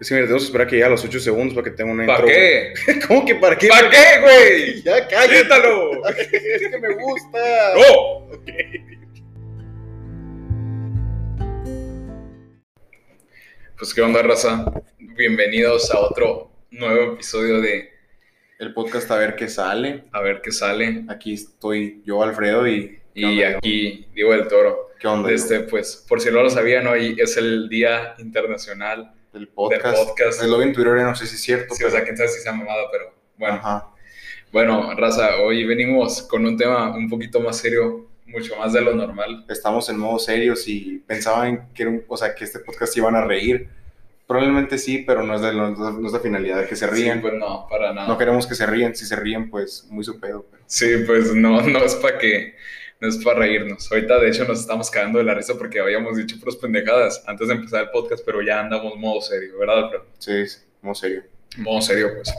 Es que mira, tenemos que esperar que llegue a los 8 segundos para que tenga una ¿Para intro, qué? güey. ¿Cómo que para qué? ¿Para qué, güey? Ya cállate. ¡Quítalo! es que me gusta. ¡No! Pues qué onda, raza. Bienvenidos a otro nuevo episodio de el podcast a ver qué sale. A ver qué sale. Aquí estoy yo, Alfredo, y Y aquí, Diego del Toro. ¿qué onda? Diego? Este, pues, por si no lo sabían, hoy es el Día Internacional. del podcast. del podcast. El lobby en Twitter, no sé si es cierto. Sí, o sea, quién sabe si sea mamada, pero bueno. Ajá. Bueno, raza, hoy venimos con un tema un poquito más serio, mucho más de lo normal. Estamos en modo serios y pensaban que, era un- o sea, que este podcast iban a reír. Probablemente sí, pero no es, de, no, no es la finalidad de que se ríen. Sí, pues no, para nada. No queremos que se ríen. Si se ríen, pues muy su pedo. pero- Sí, pues no, no es para que, no es para reírnos. Ahorita, de hecho, nos estamos cagando de la risa porque habíamos dicho puras pendejadas antes de empezar el podcast, pero ya andamos modo serio, ¿verdad, Alfredo? Sí, sí, modo serio. Modo serio, pues.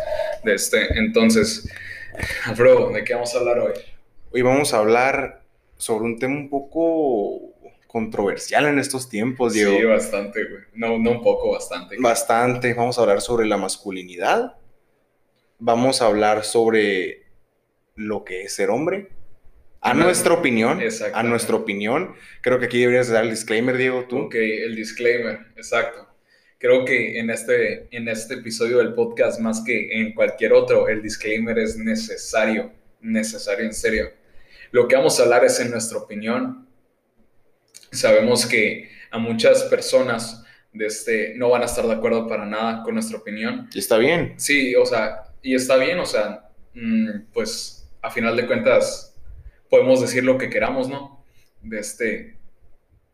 De este, entonces, Alfredo, ¿de qué vamos a hablar hoy? Hoy vamos a hablar sobre un tema un poco controversial en estos tiempos, Pues, Diego. Sí, bastante, güey. No, no un poco, bastante. bastante. Vamos a hablar sobre la masculinidad. Vamos a hablar sobre lo que es ser hombre. A Ajá. nuestra opinión. A Exactamente. nuestra opinión. Creo que aquí deberías de dar el disclaimer, Diego, tú. Ok, el disclaimer, exacto. Creo que en este, en este episodio del podcast, más que en cualquier otro, el disclaimer es necesario, necesario en serio. Lo que vamos a hablar es en nuestra opinión. Sabemos que a muchas personas de este, no van a estar de acuerdo para nada con nuestra opinión. Y Está bien. Sí, o sea, y está bien, o sea, mm, pues a final de cuentas podemos decir lo que queramos, ¿no? De este,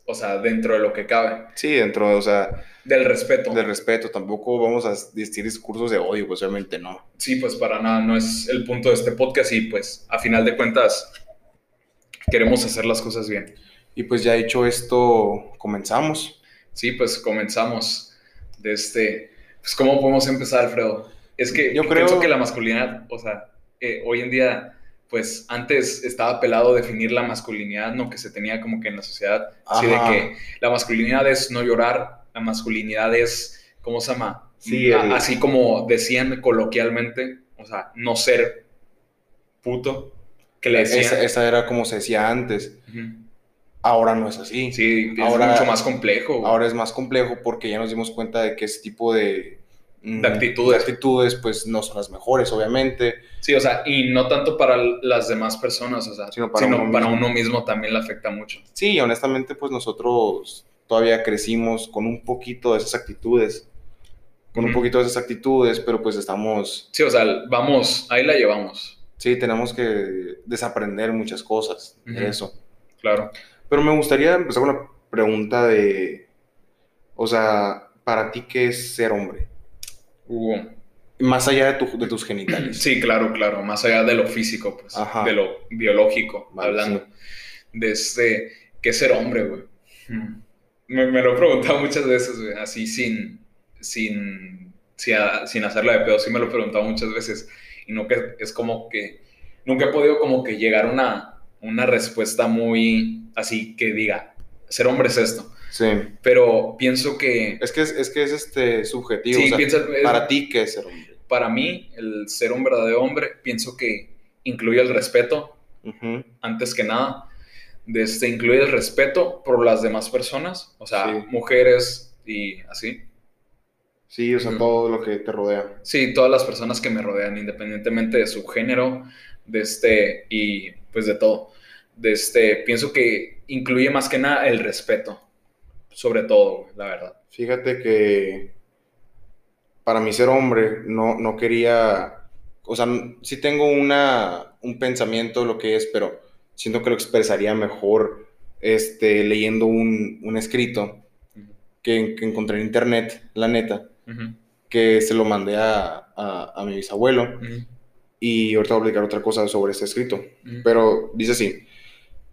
o sea, dentro de lo que cabe. Sí, dentro, o sea, Del respeto. del respeto. Tampoco vamos a decir discursos de odio, pues obviamente no. Sí, pues para nada, no es el punto de este podcast y pues a final de cuentas queremos hacer las cosas bien. Y pues ya hecho esto, comenzamos. Sí, pues comenzamos de este... Pues cómo podemos empezar, Alfredo. Es que Yo yo creo- pienso que la masculinidad, o sea, eh, hoy en día, pues antes estaba pelado definir la masculinidad, no que se tenía como que en la sociedad. Así de Ajá. que la masculinidad es no llorar, la masculinidad es, ¿cómo se llama? Sí, A- el- Así como decían coloquialmente, o sea, no ser puto, que le decían. Esa, esa era como se decía antes. Ujú. Ahora no es así. Sí, es Ahora- mucho más complejo. Ahora es más complejo porque ya nos dimos cuenta de que ese tipo de, mm, De actitudes. de actitudes, pues no son las mejores, obviamente. Sí, o sea, y no tanto para l- las demás personas, o sea, sino Sino para, para uno, uno mismo. también le afecta mucho. Sí, y honestamente, pues nosotros todavía crecimos con un poquito de esas actitudes, con un Ujú. poquito de esas actitudes, pero pues estamos, Sí, o sea, vamos, ahí la llevamos, sí, tenemos que desaprender muchas cosas de Ujú. eso. claro. Pero me gustaría empezar con la pregunta de, o sea, para ti, ¿qué es ser hombre? Hugo. Más allá de, tu- de tus genitales. Sí, claro, claro, más allá de lo físico, pues, Ajá. de lo biológico, Vale, hablando. desde que ser hombre, güey. Me, me lo he preguntado muchas veces, güey, así sin, sin, si a- sin hacerla de pedo, sí me lo he preguntado muchas veces y no que es como que, nunca he podido como que llegar a una, una respuesta muy así que diga, ser hombre es esto, Sí. pero pienso que, Es que es, es que es este subjetivo. sí, o sea, piensa- es- para ti, ¿qué es ser hombre? para mí, el ser un verdadero hombre, pienso que incluye el respeto, Ujú. antes que nada, de este, incluir el respeto por las demás personas, o sea, Sí. mujeres y así. Sí, o sea, Ujú. todo lo que te rodea. Sí, todas las personas que me rodean, independientemente de su género, de este, y pues de todo. De este, pienso que incluye más que nada el respeto, sobre todo, güey, la verdad. Fíjate que para mí ser hombre no, no quería, o sea, n- sí tengo una, un pensamiento de lo que es, pero siento que lo expresaría mejor este, leyendo un, un escrito que, que encontré en internet, la neta, Ujú, que se lo mandé a, a, a mi bisabuelo ujú, y ahorita voy a explicar otra cosa sobre este escrito. ujú. Pero dice así,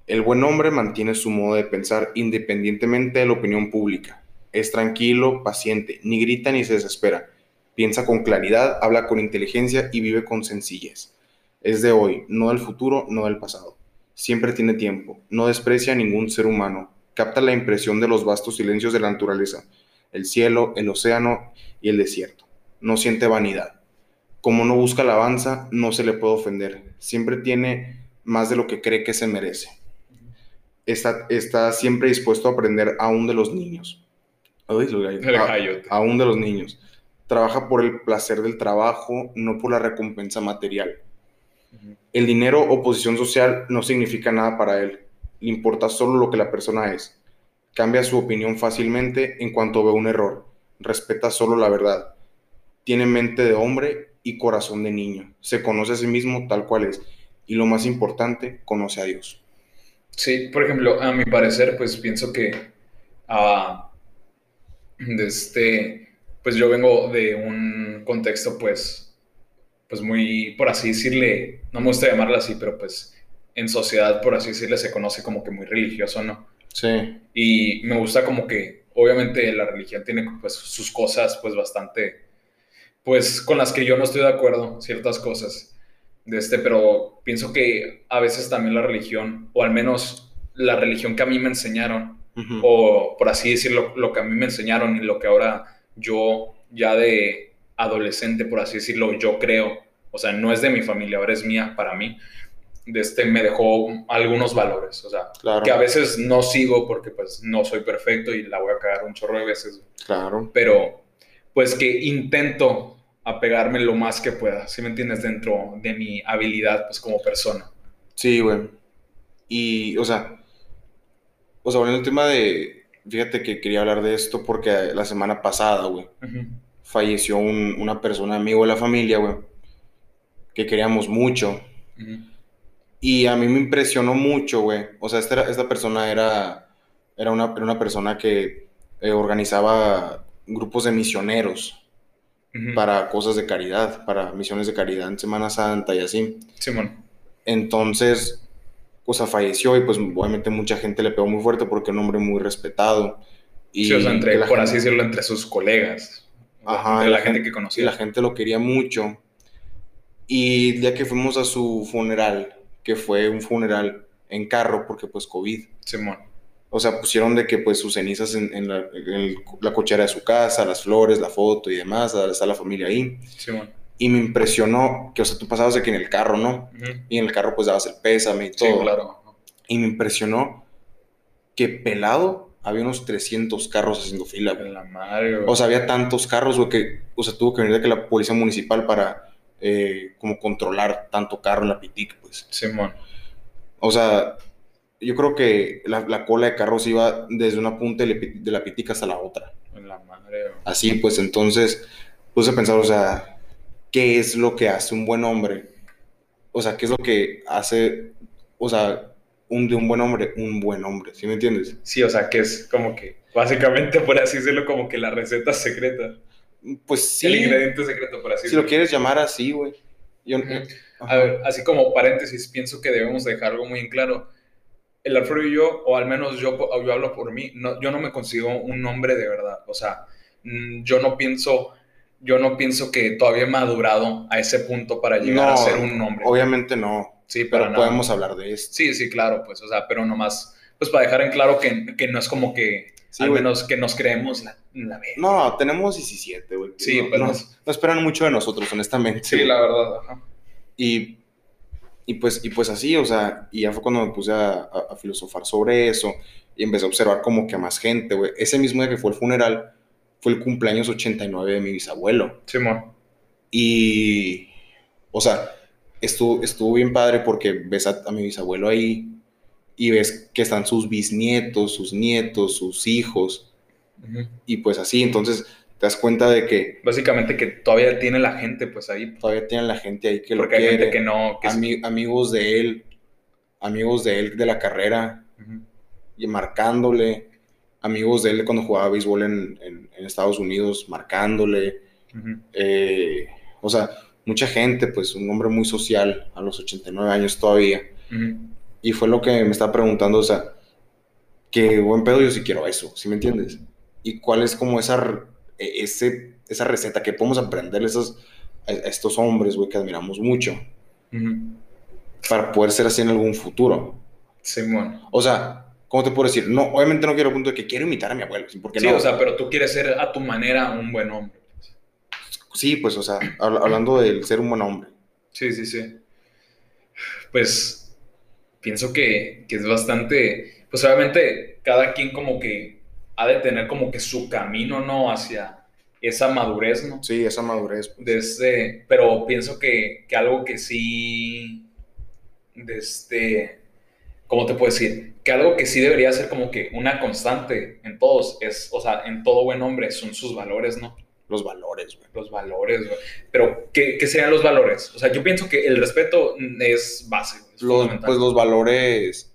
el buen hombre mantiene su modo de pensar independientemente de la opinión pública. Es tranquilo, paciente, ni grita ni se desespera. Piensa con claridad, habla con inteligencia y vive con sencillez. Es de hoy, no del futuro, no del pasado. Siempre tiene tiempo, no desprecia a ningún ser humano. Capta la impresión de los vastos silencios de la naturaleza. el cielo, el océano y el desierto. No siente vanidad. Como no busca alabanza, no se le puede ofender. Siempre tiene más de lo que cree que se merece. Está, está siempre dispuesto a aprender aún de los niños. Ay, lo gallo. El A- gallote. aún de los niños. Trabaja por el placer del trabajo, no por la recompensa material. Ujú. El dinero o posición social no significa nada para él. Le importa solo lo que la persona es. Cambia su opinión fácilmente en cuanto ve un error. Respeta solo la verdad. Tiene mente de hombre y corazón de niño. Se conoce a sí mismo tal cual es. Y lo más importante, conoce a Dios. Sí, por ejemplo, a mi parecer, pues pienso que ah, de este, pues yo vengo de un contexto, pues, pues muy, por así decirle, no me gusta llamarla así, pero pues en sociedad, por así decirle, se conoce como que muy religioso, ¿no? Sí, Y me gusta como que, obviamente, la religión tiene pues sus cosas, pues bastante, pues con las que yo no estoy de acuerdo, ciertas cosas, de este, pero pienso que a veces también la religión, o al menos la religión que a mí me enseñaron, Oh, o por así decirlo, lo que a mí me enseñaron y lo que ahora yo ya de adolescente, por así decirlo, yo creo, o sea, no es de mi familia, ahora es mía para mí, de este, me dejó algunos valores, o sea, claro, que a veces no sigo porque pues no soy perfecto y la voy a cagar un chorro de veces, claro. pero pues que intento apegarme lo más que pueda, si me entiendes, dentro de mi habilidad pues como persona. Sí, güey. Y, o sea, o sea, volviendo al tema de, fíjate que quería hablar de esto porque la semana pasada, güey, falleció un- una persona amigo de la familia, güey, que queríamos mucho. Y a mí me impresionó mucho, güey. O sea, esta, era- esta persona era, era, una, era una persona que eh, organizaba grupos de misioneros para cosas de caridad, para misiones de caridad en Semana Santa y así. Simón. Entonces, o sea, falleció y pues obviamente mucha gente le pegó muy fuerte porque era un hombre muy respetado. Y Sí, o sea, entre, que la por así gente, decirlo, entre sus colegas. O sea, Ajá, entre y la la gente gente- que y conocía. la gente lo quería mucho. Y el día que fuimos a su funeral, que fue un funeral en carro porque pues COVID, Simón. o sea, pusieron de que pues sus cenizas en, en la, en el- la cochera de su casa, las flores, la foto y demás, ahora está la familia ahí. Simón. Y me impresionó que, o sea, tú pasabas de que en el carro, ¿no? Ujú. Y en el carro pues dabas el pésame y Sí, todo. claro. Y me impresionó que pelado había unos 300 carros haciendo fila, güey. En la madre, güey. O sea, había tantos carros, güey, que, o sea, tuvo que venir de que la policía municipal para, eh, como controlar tanto carro en la pitic, pues. Simón. O sea, yo creo que la, la cola de carros iba desde una punta de la Pi- de la pitic hasta la otra. En la madre, güey. Así, pues, entonces, puse a pensar, o sea, ¿qué es lo que hace un buen hombre? O sea, ¿qué es lo que hace, o sea, un, de un buen hombre, un buen hombre, ¿sí me entiendes? Sí, o sea, que es como que, básicamente, por así decirlo, como que la receta secreta. Pues sí, El ingrediente secreto, por así si lo decirlo. quieres llamar así, güey. Yo- Ujú. Ajá. A ver, así como paréntesis, pienso que debemos dejar algo muy en claro. El Alfredo y yo, o al menos yo, yo hablo por mí, no, yo no me consigo un hombre de verdad. O sea, mm, yo no pienso, yo no pienso que todavía he madurado a ese punto para llegar a No, ser un hombre. Obviamente no, sí, pero para nada. podemos hablar de esto. Sí, sí, claro, pues, o sea, pero nomás, pues para dejar en claro que, que no es como que, Sí, al güey. menos que nos creemos la, la verga. No, tenemos 17, güey. Sí, no, pues, no- nos- no esperan mucho de nosotros, honestamente. Sí, güey. la verdad, ajá. Y, y, pues, y pues así, o sea, y ya fue cuando me puse a, a- a filosofar sobre eso y empecé a observar como que a más gente, güey. Ese mismo día que fue el funeral, fue el cumpleaños 89 de mi bisabuelo. Simón, Y, o sea, estuvo, estuvo bien padre porque ves a, a mi bisabuelo ahí y ves que están sus bisnietos, sus nietos, sus hijos Ujú. y pues así. Entonces te das cuenta de que básicamente que todavía tiene la gente, pues ahí, todavía tienen la gente ahí que lo porque hay gente quiere, que no, que ami- amigos de él, amigos de él de la carrera Ujú. y marcándole, amigos de él cuando jugaba béisbol en, en- en Estados Unidos, marcándole. Ujú. eh, o sea, mucha gente, pues un hombre muy social a los 89 años todavía. Ujú. Y fue lo que me está preguntando, o sea, que buen pedo yo sí quiero eso, ¿sí me entiendes? Y cuál es como esa, r- e- ese, esa receta que podemos aprenderle a esos- a a estos hombres, güey, que admiramos mucho, Ujú. para poder ser así en algún futuro. Simón. O sea, ¿cómo te puedo decir? No, obviamente no quiero el punto de que quiero imitar a mi abuelo, porque Sí, no. o sea, pero tú quieres ser a tu manera un buen hombre. sí, pues, o sea, habla- hablando del ser un buen hombre. Sí, sí, sí. Pues pienso que, que es bastante, pues obviamente cada quien como que ha de tener como que su camino, ¿no? Hacia esa madurez, ¿no? Sí, esa madurez. pues. Desde, este, pero pienso que, que algo que sí, desde, ¿cómo te puedo decir? Que algo que sí debería ser como que una constante en todos es, o sea, en todo buen hombre son sus valores, ¿no? Los valores, güey. Los valores, güey. Pero, ¿qué, qué serían los valores? O sea, yo pienso que el respeto mm, es base, es Los, fundamental. pues los valores,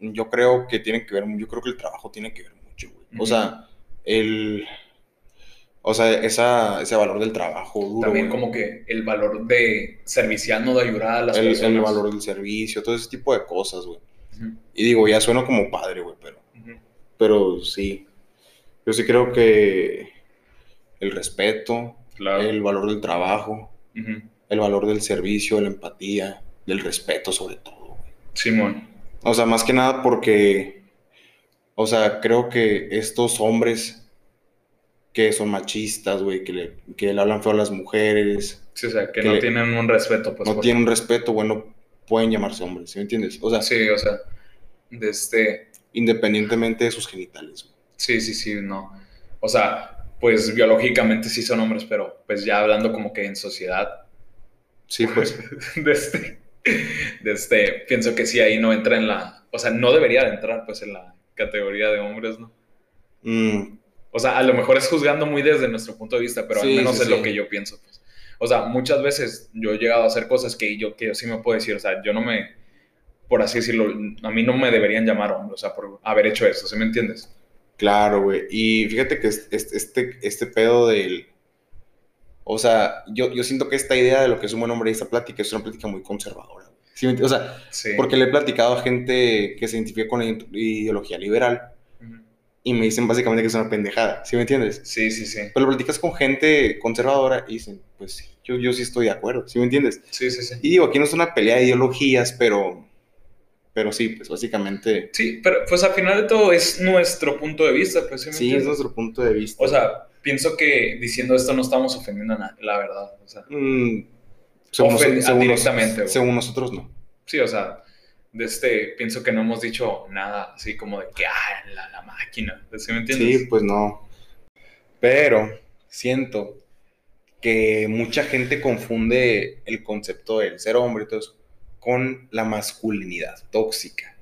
yo creo que tienen que ver, yo creo que el trabajo tiene que ver mucho, güey. O Ujú. sea, el, o sea, esa, ese valor del trabajo duro, También güey. como que el valor de servicial, no de ayudar a las el, personas. el valor del servicio, todo ese tipo de cosas, güey. Ujú, Y digo, ya sueno como padre, güey, pero, ujú. pero sí. Yo sí creo que el respeto, Claro. el valor del trabajo, Ujú. el valor del servicio, la empatía, el respeto sobre todo. güey. Simón. O sea, más que nada porque, o sea, creo que estos hombres que son machistas, güey, que le, que le hablan feo a las mujeres, Sí, o sea, que Que no le- tienen un respeto, pues. no por- tienen respeto, güey, no pueden llamarse hombres, ¿sí me entiendes? O sea, Sí, o sea, de este... independientemente de sus genitales, güey. Sí, sí, sí, no. O sea, pues biológicamente sí son hombres, pero pues ya hablando como que en sociedad, Sí, pues, de este, de este, pienso que sí ahí no entra en la, o sea, no debería de entrar pues en la categoría de hombres, ¿no? mm, O sea, a lo mejor es juzgando muy desde nuestro punto de vista, pero al Sí, menos sí, es lo sí. que yo pienso. pues. O sea, muchas veces yo he llegado a hacer cosas que yo, que yo sí me puedo decir, o sea, yo no me, por así decirlo, a mí no me deberían llamar hombre, o sea, por haber hecho eso, ¿sí me entiendes? Claro, güey. Y fíjate que es- es- este, este pedo del... O sea, yo, yo siento que esta idea de lo que es un buen hombre y esta plática es una plática muy conservadora. güey. ¿Sí me entiendes? o sea, Sí. porque le he platicado a gente que se identifica con la ide- ideología liberal Ujú. y me dicen básicamente que es una pendejada. ¿Sí me entiendes? Sí, sí, sí. Pero lo platicas con gente conservadora y dicen, pues sí, yo, yo sí estoy de acuerdo. ¿Sí me entiendes? Sí, sí, sí. Y digo, aquí no es una pelea de ideologías, pero... Pero sí, pues básicamente... Sí, pero pues al final de todo es nuestro punto de vista, pues sí, me Sí, es entiendes? nuestro punto de vista. O sea, pienso que diciendo esto no estamos ofendiendo a nadie, la verdad. O sea, Mm, según, Ofen- noso- según nos- ah, directamente, güey. según nosotros no. sí, o sea, de este, pienso que no hemos dicho nada así como de que, ah, la, la máquina, ¿sí me entiendes? Sí, pues no. Pero siento que mucha gente confunde el concepto del ser hombre y todo eso con la masculinidad tóxica.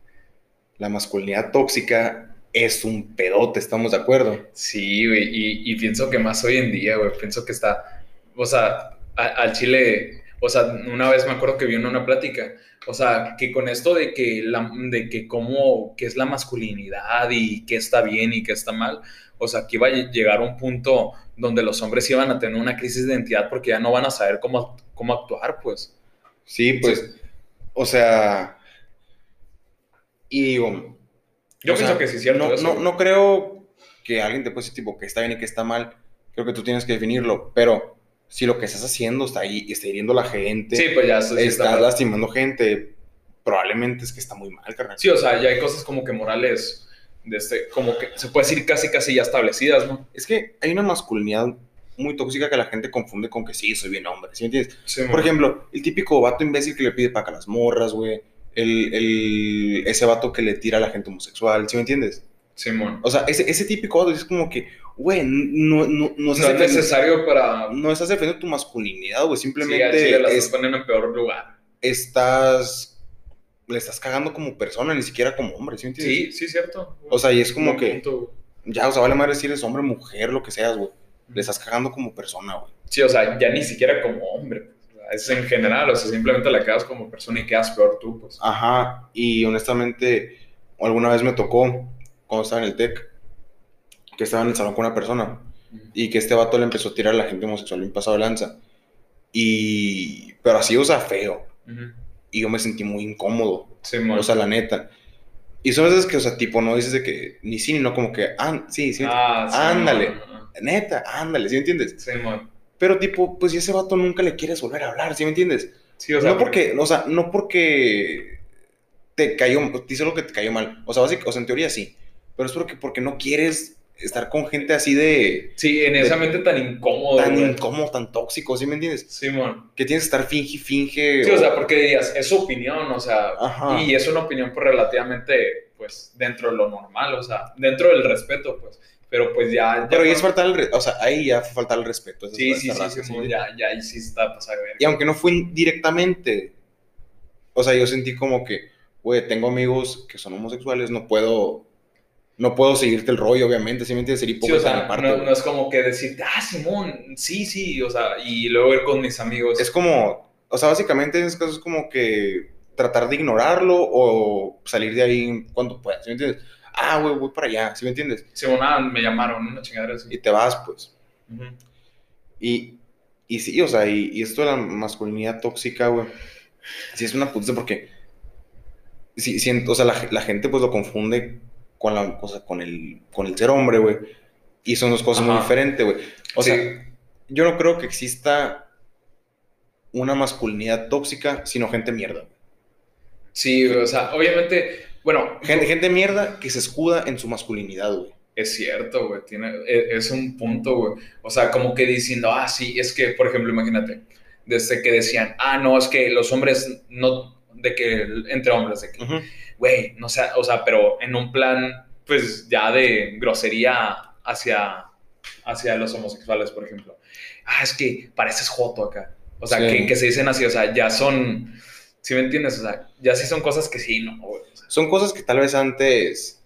La masculinidad tóxica es un pedote, estamos de acuerdo. Sí, güey, y, y pienso que más hoy en día, güey, pienso que está, o sea, a- al Chile, o sea, una vez me acuerdo que vi en una plática, o sea, que con esto de que, la, de que cómo, qué es la masculinidad y qué está bien y qué está mal, o sea, que iba a llegar un punto donde los hombres iban a tener una crisis de identidad porque ya no van a saber cómo, act- cómo actuar, pues. Sí, pues, o sea, y digo, Yo O pienso sea, que sí es cierto No, eso, no, güey. no creo que alguien te pueda decir, tipo, que está bien y que está mal. Creo que tú tienes que definirlo. Pero si lo que estás haciendo está ahí y está hiriendo a la gente, Sí, pues ya eso sí estás está mal. lastimando gente, probablemente es que está muy mal, carnal. Sí, o sea, ya hay cosas como que morales, de este, como que se puede decir casi casi ya establecidas, ¿no? Es que hay una masculinidad muy tóxica que la gente confunde con que sí, soy bien hombre. ¿Sí me entiendes? Sí, Por ejemplo, el típico vato imbécil que le pide para las morras, güey. El, el- ese vato que le tira a la gente homosexual, ¿sí me entiendes? Simón. O sea, ese, ese típico vato es como que, güey, no, no, no, O sea, seas es necesario para no estás defendiendo tu masculinidad, güey. sí, al Chile Simplemente las es- ponen en peor lugar. estás. Le estás cagando como persona, ni siquiera como hombre, ¿sí me entiendes? Sí, sí, cierto. O sea, y es como Buen que. punto, güey. Ya, o sea, vale madre si eres hombre, mujer, lo que seas, güey. Le estás cagando como persona, güey. Sí, o sea, ya ni siquiera como hombre. O sea, Es en general, o sea, simplemente la quedas como persona y quedas peor tú, pues. Ajá, y honestamente, alguna vez me tocó, cuando estaba en el TEC, que estaba en el salón con una persona y que este vato le empezó a tirar a la gente homosexual bien pasado de lanza. Y. Pero así, o sea, feo. Ujú. Y yo me sentí muy incómodo. Simón. O sea, la neta. Y son veces que, o sea, tipo, no dices de que ni sí ni no, como que, ah, sí, sí, Ah, Simón. ándale. neta, ándale, ¿sí me entiendes? Simón. Pero, tipo, pues, si ese vato nunca le quieres volver a hablar, ¿sí me entiendes? Sí, o sea, no porque, o sea, no porque te cayó, te hizo lo que te cayó mal. O sea, básicamente, o sea, en teoría sí. Pero es porque, porque no quieres estar con gente así de Sí, en esa mente tan incómoda. tan güey. incómodo, tan tóxico, ¿sí me entiendes? Sí, man. Que tienes que estar finge, finge. Sí, o sea, porque dirías, es su opinión, o sea, Ajá. y es una opinión pues relativamente, pues, dentro de lo normal, o sea, dentro del respeto, pues, pero pues ya... ya Pero ahí cuando- es faltar el, re- o sea, ahí ya fue faltar el respeto. esa Sí, es sí, la sí, raza, sí, ya, ya ahí sí está pues, pasada de verga. Y aunque no fue directamente, o sea, yo sentí como que, güey, tengo amigos que son homosexuales, no puedo, no puedo seguirte el rollo, obviamente, si me entiendes, ser Sí, o hipócrita de mi sea, parte, no, güey. no es como que decirte, ah, Simón, sí, sí, o sea, y luego ir con mis amigos. Es como, o sea, básicamente en esos casos es como que tratar de ignorarlo o salir de ahí cuando puedas, ¿sí me entiendes? Ah, güey, voy para allá, ¿sí me entiendes? Simón, ah, me llamaron, una chingadera así. Y te vas, pues. Ujú. Y, y sí, o sea, y, y esto de la masculinidad tóxica, güey, sí es una puta porque, sí, sí, o sea, la, la gente pues lo confunde con la cosa, con el, con el ser hombre, güey, y son dos cosas muy Ajá. diferentes, güey. O Sí. sea, yo no creo que exista una masculinidad tóxica, sino gente mierda. güey. Sí, güey, o sea, obviamente, bueno, Gente, gente mierda que se escuda en su masculinidad, güey. Es cierto, güey, tiene, e- es un punto, güey. O sea, como que diciendo, ah, sí, es que, por ejemplo, imagínate, desde que decían, ah, no, es que los hombres no, de que, entre hombres, de Mm. que, güey, no sea, o sea, pero en un plan, pues ya de grosería hacia, hacia los homosexuales, por ejemplo. Ah, es que pareces joto acá. O sea, Sí. que, que se dicen así, o sea, ya son, si me entiendes, o sea, ya sí son cosas que sí, no, güey. O sea, Son cosas que tal vez antes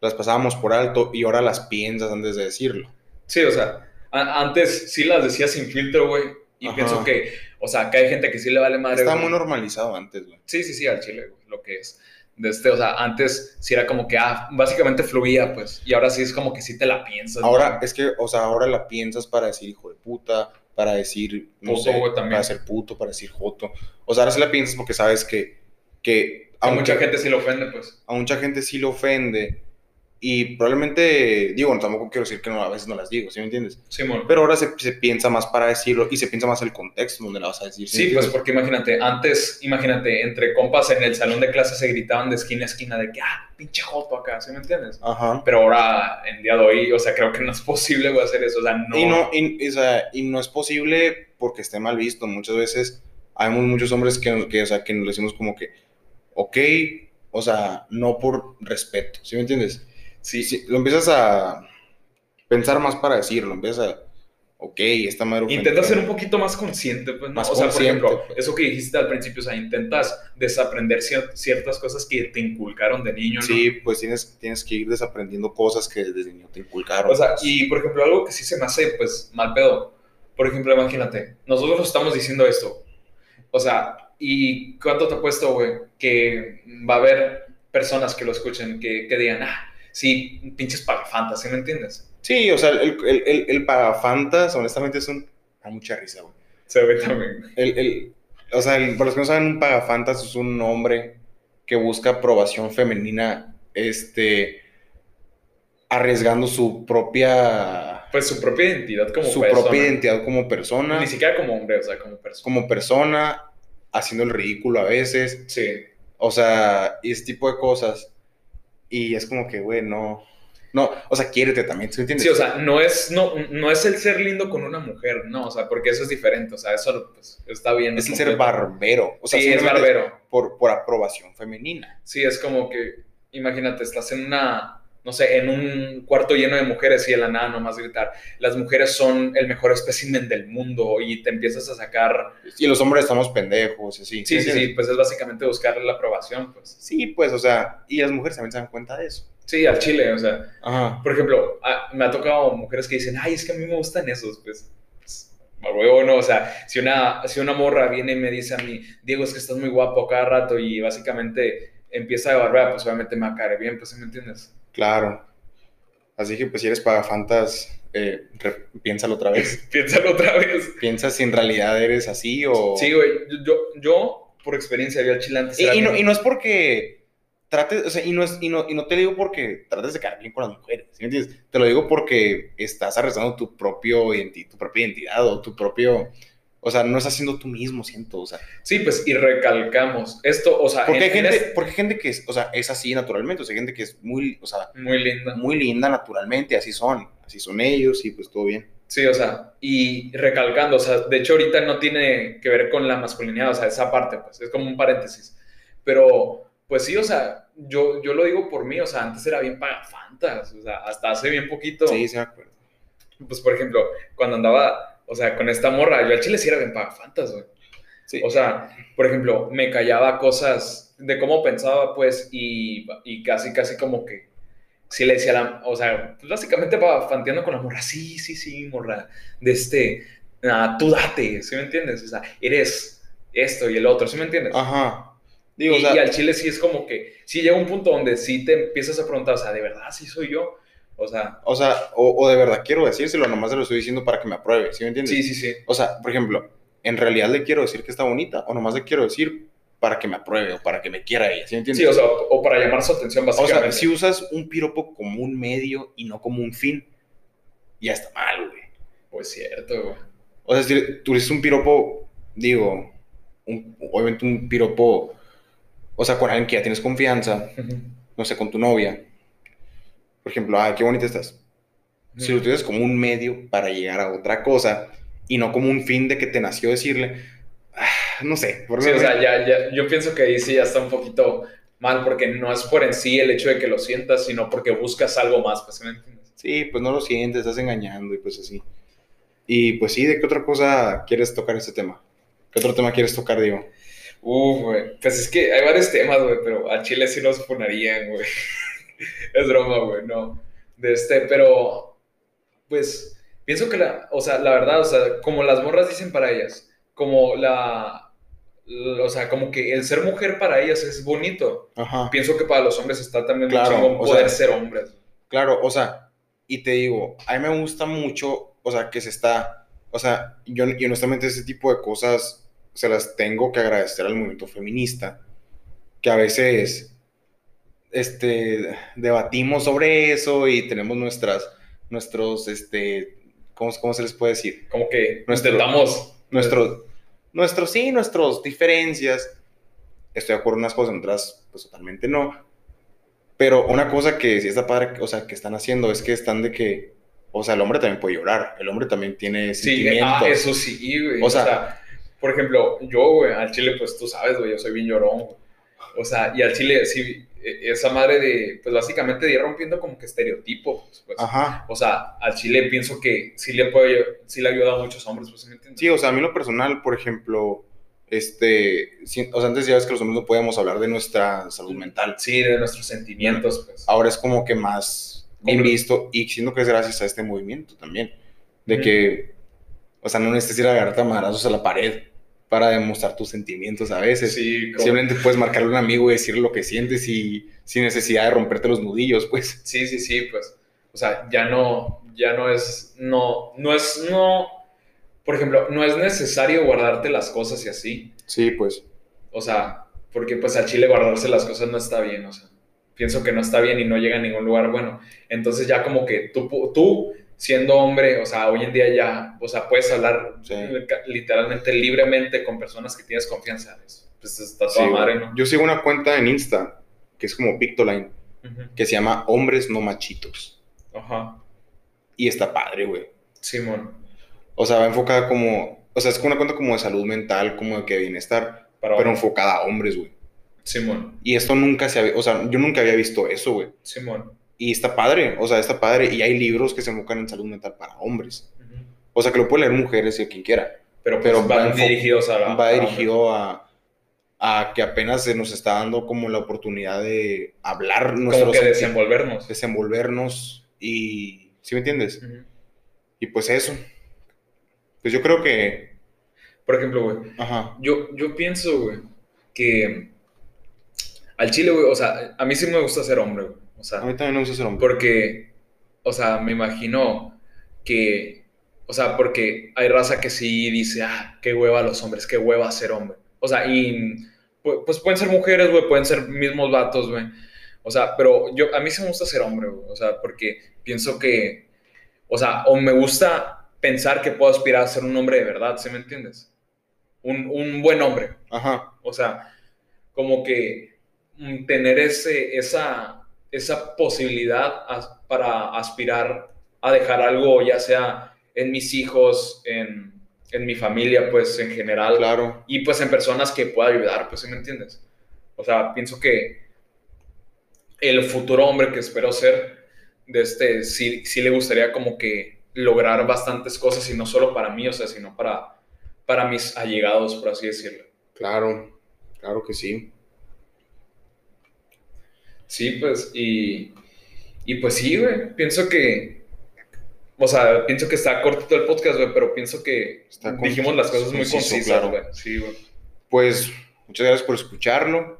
las pasábamos por alto y ahora las piensas antes de decirlo. Sí, o sea, a- antes sí las decía sin filtro, güey. Y Ajá. pienso que, o sea, acá hay gente que sí le vale madre. Estaba güey. muy normalizado antes, güey. Sí, sí, sí, al chile, güey, lo que es. De este, o sea, antes sí era como que, ah, básicamente fluía, pues. Y ahora sí es como que sí te la piensas. Ahora güey. es que, o sea, ahora la piensas para decir hijo de puta, para decir, no Puto, sé, güey, también. para ser puto, para decir joto. O sea, ahora sí la piensas porque sabes que, que A aunque- mucha gente sí le ofende, pues. a mucha gente sí le ofende y probablemente, digo, no, tampoco quiero decir que no, a veces no las digo, ¿sí me entiendes? Simón. Pero ahora se, se piensa más para decirlo y se piensa más el contexto donde la vas a decir. ¿sí me Sí, pues entiendes? porque imagínate, antes, imagínate, entre compas en el salón de clase se gritaban de esquina a esquina de que, ah, pinche joto acá, ¿sí me entiendes? Ajá. Pero ahora, en día de hoy, o sea, creo que no es posible, güey, hacer eso, o sea, no. Y, no, y, o sea, y no es posible porque esté mal visto. Muchas veces hay mu- muchos hombres que, que, o sea, que nos decimos como que, ok, o sea, no por respeto, ¿sí me entiendes? Sí, Sí, lo empiezas a pensar más para decirlo, empiezas a, ok, esta madre... ofende- Intentas ser un poquito más consciente, pues, ¿no? Más o sea, consciente, por ejemplo, pues. eso que dijiste al principio, o sea, intentas desaprender cier- ciertas cosas que te inculcaron de niño, ¿no? Sí, pues tienes, tienes que ir desaprendiendo cosas que desde niño te inculcaron. O sea, pues. y por ejemplo, algo que sí se me hace, pues, mal pedo. Por ejemplo, imagínate, nosotros estamos diciendo esto. O sea, ¿y cuánto te apuesto, güey? Que va a haber personas que lo escuchen que, que digan, ah, sí, pinches pagafantas, ¿sí me entiendes? Sí, o sea, el, el, el, el pagafantas, honestamente, es un... Da mucha risa, güey. Se ve también. El, el- o sea, el- para los que no saben, un pagafantas es un hombre que busca aprobación femenina, este, arriesgando su propia, Pues su propia identidad como su persona. propia identidad como persona, Ni siquiera como hombre, o sea, como persona. como persona, haciendo el ridículo a veces, Sí. o sea, y ese tipo de cosas. Y es como que, güey, no, no, o sea, quiérete también, ¿sí me entiendes? Sí, o sea, no es, no, no es el ser lindo con una mujer, no, o sea, porque eso es diferente, o sea, eso pues, está bien. es el completo. ser barbero, o sea, sí, es simplemente barbero. Por, por aprobación femenina. Sí, es como que, imagínate, estás en una, no sé, en un cuarto lleno de mujeres y de la nada nomás gritar, las mujeres son el mejor espécimen del mundo y te empiezas a sacar. Y los hombres estamos pendejos, y así. Sí, ¿me sí, entiendes? sí, pues es básicamente buscar la aprobación, pues. Sí, pues, o sea, y las mujeres también se dan cuenta de eso. Sí, al chile, o sea, Ajá. por ejemplo, a- me ha tocado mujeres que dicen, ay, es que a mí me gustan esos, pues, pues, a huevo, no, o sea, si una, si una morra viene y me dice a mí, Diego, es que estás muy guapo cada rato y básicamente empieza a barbear, pues obviamente me va a caer bien, pues, ¿sí ¿me entiendes? Claro. Así que, pues, si eres pagafantas, eh, re- piénsalo otra vez. Pues, Piénsalo otra vez. Piensa si en realidad eres así o... Sí, güey, yo, yo, yo, por experiencia, yo al chile antes Oh. Y, era y no, bien- y no es porque trates, o sea, y no, es, y, no, y no te digo porque trates de quedar bien con las mujeres, ¿sí me entiendes? Te lo digo porque estás arrestando tu propio identi- tu propia identidad o tu propio, o O sea, no estás siendo tú mismo, siento, o sea. Sí, pues, y recalcamos esto, o sea, Porque hay en- en gente, este- porque hay gente que es, o sea, es así naturalmente, o sea, hay gente que es muy, o sea, muy linda. muy linda naturalmente, así son, así son ellos y pues todo bien. Sí, o sea, y recalcando, o sea, de hecho ahorita no tiene que ver con la masculinidad, o sea, esa parte, pues, es como un paréntesis. Pero, pues sí, o sea, yo, yo lo digo por mí, o sea, antes era bien pagafantas, o sea, hasta hace bien poquito. Sí, sí me acuerdo. Pues, por ejemplo, cuando andaba, o sea, con esta morra, yo al chile sí era bien pagafantas, güey. Sí. O sea, por ejemplo, me callaba cosas de cómo pensaba, pues, y, y casi, casi como que sí le decía, a la, o sea, pues, básicamente va fanteando con la morra, sí, sí, sí, morra, de este, ah, tú date, ¿sí me entiendes? O sea, eres esto y el otro, ¿sí me entiendes? Ajá. y, Digo, Ah, o sea, y al chile sí es como que, sí llega un punto donde sí te empiezas a preguntar, o sea, ¿de verdad sí soy yo? O sea, o, sea o, o de verdad quiero decírselo, nomás se lo estoy diciendo para que me apruebe, ¿sí me entiendes? sí, sí, sí. O sea, por ejemplo, ¿en realidad le quiero decir que está bonita o nomás le quiero decir para que me apruebe o para que me quiera ella? ¿Sí me entiendes? Sí, o sea, o, o para llamar su atención, O básicamente. sea, si usas un piropo como un medio y no como un fin, ya está mal, güey. Pues cierto, güey. O sea, si tú dices un piropo, digo, un- obviamente un piropo, o sea, con alguien que ya tienes confianza, no sé, con tu novia. Por ejemplo, ah, qué bonita estás. Si lo utilizas como un medio para llegar a otra cosa y no como un fin de que te nació decirle, ah, no sé. por Sí, o ejemplo, sea, ya, ya, yo pienso que ahí sí ya está un poquito mal, porque no es por en sí el hecho de que lo sientas, sino porque buscas algo más, pues, ¿sí ¿me entiendes? Sí, pues no lo sientes, estás engañando y pues así. Y pues sí, ¿de qué otra cosa quieres tocar este tema? ¿Qué otro tema quieres tocar, digo? Uf, güey, pues es que hay varios temas, güey, pero a Chile sí los funarían, güey. es broma, güey, no. De este, pero, pues, pienso que la, o sea, la verdad, o sea, como las morras dicen para ellas, como la, l- o sea, como que el ser mujer para ellas es bonito. Ajá. Pienso que para los hombres está también Claro, muy chingón o poder sea, ser hombres. Claro, o sea, y te digo, a mí me gusta mucho, o sea, que se está, o sea, yo, y honestamente ese tipo de cosas se las tengo que agradecer al movimiento feminista, que a veces, este, debatimos sobre eso y tenemos nuestras, nuestros, este, ¿cómo, cómo se les puede decir? Como que Nuestro- intentamos... Nuestros, nuestros sí, nuestras diferencias. Estoy de acuerdo en unas cosas, en otras, pues totalmente no. Pero una cosa que sí está padre, o sea, que están haciendo es que están de que, o sea, el hombre también puede llorar, el hombre también tiene Sí, eh, ah, sentimientos. eso sí, güey. O O sea- sea, por ejemplo, yo, güey, al chile, pues tú sabes, güey, yo soy bien llorón. güey. O sea, y al chile, sí, e- esa madre de, pues básicamente de ir rompiendo como que estereotipos, pues. Ajá. O sea, al chile pienso que sí le puede, sí le ayuda a muchos hombres, pues, ¿me entiendes? Sí, o sea, a mí en lo personal, por ejemplo, este, sí, o sea, antes ya ves que los hombres no podíamos hablar de nuestra salud mental. Sí, de nuestros sentimientos, pues. Ahora es como que más bien Hombre. visto y siento que es gracias a este movimiento también, de que, o sea, no necesitas ir a agarrarte a madrazos a la pared para demostrar tus sentimientos a veces. Sí, como- Simplemente puedes marcarle a un amigo y decirle lo que sientes y sin necesidad de romperte los nudillos, pues. Sí, sí, sí, pues. O sea, ya no, ya no es, no, no es, no, por ejemplo, no es necesario guardarte las cosas y así. Sí, pues. O sea, porque pues al Chile guardarse las cosas no está bien, o sea, pienso que no está bien y no llega a ningún lugar bueno. Entonces ya como que tú, pu- tú siendo hombre, o sea, hoy en día ya, o sea, puedes hablar Sí. li- literalmente libremente con personas que tienes confianza. es- Pues está Sí, toda madre, güey. ¿no? Yo sigo una cuenta en Insta que es como Pictoline, Ujú. que se llama Hombres No Machitos. Ajá, Y está padre, güey. Simón. O sea, va enfocada como, o sea, es como una cuenta como de salud mental, como de que bienestar, Para pero hombre. enfocada a hombres, güey. Simón, Y esto nunca se había, o sea, yo nunca había visto eso, güey. Simón. Y está padre, o sea, está padre. Y hay libros que se enfocan en salud mental para hombres. Ujú. O sea, que lo pueden leer mujeres y quien quiera. Pero, pues, Pero va van enfo- dirigidos a... Va a hombres. dirigido a, a que apenas se nos está dando como la oportunidad de hablar Como nuestros que senti- desenvolvernos. desenvolvernos y... ¿Sí me entiendes? Ujú. Y pues eso. Pues yo creo que... Por ejemplo, güey, Ajá. Yo, yo pienso, güey, que al chile, güey, o sea, a mí sí me gusta ser hombre, güey. O A sea, mí también me gusta ser hombre. porque, o sea, me imagino que, o sea, porque hay raza que sí dice, ah, qué hueva los hombres, qué hueva ser hombre. O sea, y pu- pues pueden ser mujeres, güey, pueden ser mismos vatos, güey. O sea, pero yo, a mí sí me gusta ser hombre, güey. O sea, porque pienso que, o sea, o me gusta pensar que puedo aspirar a ser un hombre de verdad, ¿sí me entiendes? un, un buen hombre. Ajá. O sea, como que mm, tener ese, esa, esa posibilidad as- para aspirar a dejar algo, ya sea en mis hijos, en, en mi familia, pues en general, Claro. y pues en personas que pueda ayudar, pues si me entiendes. O sea, pienso que el futuro hombre que espero ser, de este, sí, sí le gustaría como que lograr bastantes cosas y no solo para mí, o sea, sino para, para mis allegados, por así decirlo. Claro. Claro que sí. Sí, pues, y, y pues sí, güey, pienso que, o sea, pienso que está cortito el podcast, güey, pero pienso que Está con- dijimos las cosas muy conciso, concisas, claro. güey. Sí, güey. Pues muchas gracias por escucharlo.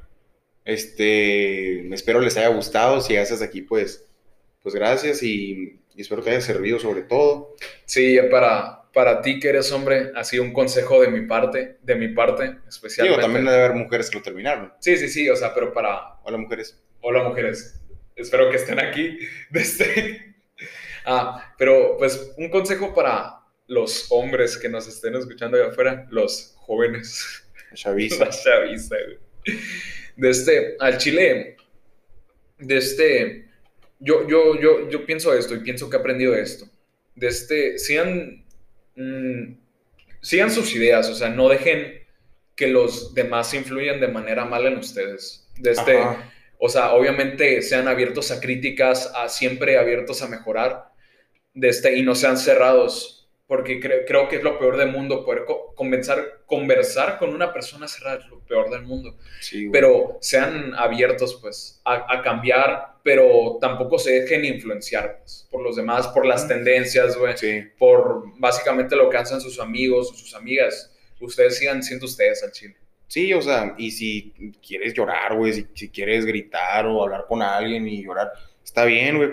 Este, espero les haya gustado. Si haces aquí, pues, pues gracias y, y espero te haya servido sobre todo. Sí, ya para, para ti que eres hombre, así un consejo de mi parte, de mi parte, Digo, especialmente. también debe haber mujeres que lo terminaron. Sí, sí, sí, o sea, pero para, Hola, mujeres. hola mujeres, espero que estén aquí, desde... Ah, pero pues un consejo para los hombres que nos estén escuchando allá afuera, los jóvenes. Chavisa. La chaviza, güey. De este, al Chile, de este, yo, yo, yo, yo pienso esto y pienso que he aprendido esto. De este, sigan, mm, sigan sus ideas, o sea, no dejen que los demás influyan de manera mala en ustedes. De este, Ajá. o sea, obviamente sean abiertos a críticas, a siempre abiertos a mejorar, de este, y no sean cerrados, porque cre- creo que es lo peor del mundo poder co- conversar, conversar con una persona cerrada, es lo peor del mundo. Sí, güey. Pero sean abiertos, pues, a, a cambiar, pero tampoco se dejen influenciar pues, por los demás, por las tendencias, güey, Sí, por básicamente lo que hacen sus amigos o sus amigas. Ustedes sigan siendo ustedes al chile. sí, o sea, y si quieres llorar, güey, si, si quieres gritar o hablar con alguien y llorar, está bien, güey.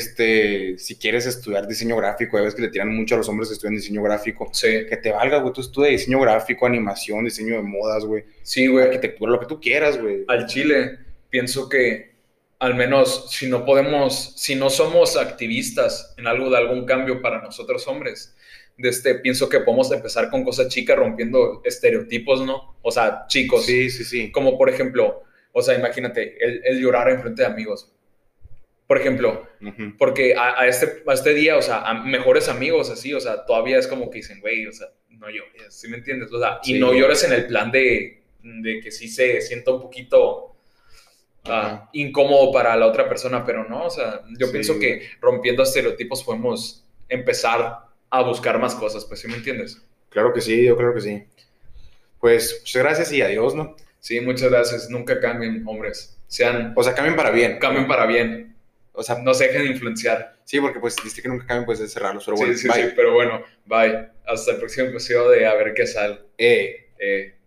Este, si quieres estudiar diseño gráfico, ya ves que le tiran mucho a los hombres que estudian diseño gráfico. Sí, Que te valga, güey, tú estudia diseño gráfico, animación, diseño de modas, güey, sí, güey. arquitectura, lo que tú quieras, güey. al Chile, pienso que al menos si no podemos, si no somos activistas en algo de algún cambio para nosotros hombres, de este, pienso que podemos empezar con cosas chicas rompiendo estereotipos, ¿no? O sea, chicos, Sí, sí, sí. como por ejemplo, o sea, imagínate, el, el llorar en frente de amigos. Por ejemplo, Ujú. porque a, a este, a este día, o sea, a mejores amigos así, o sea, todavía es como que dicen, güey, o sea, no llores, ¿sí me entiendes? O sea, y Sí. no llores en el plan de, de que sí se sienta un poquito ah, Ajá. incómodo para la otra persona, pero no, o sea, yo Sí, pienso que rompiendo estereotipos podemos empezar a buscar más cosas, pues, ¿sí me entiendes? Claro que sí, yo creo que sí. Pues, muchas gracias y adiós, ¿no? Sí, muchas gracias, nunca cambien, hombres, sean, O sea, cambien para bien. cambien para bien, O sea, no se dejen influenciar. sí, porque pues dice que nunca cambien, pues es cerrarlos, pero bueno, sí, sí, bye. sí, pero bueno, bye, hasta el próximo episodio de A ver qué sale. Eh. Eh,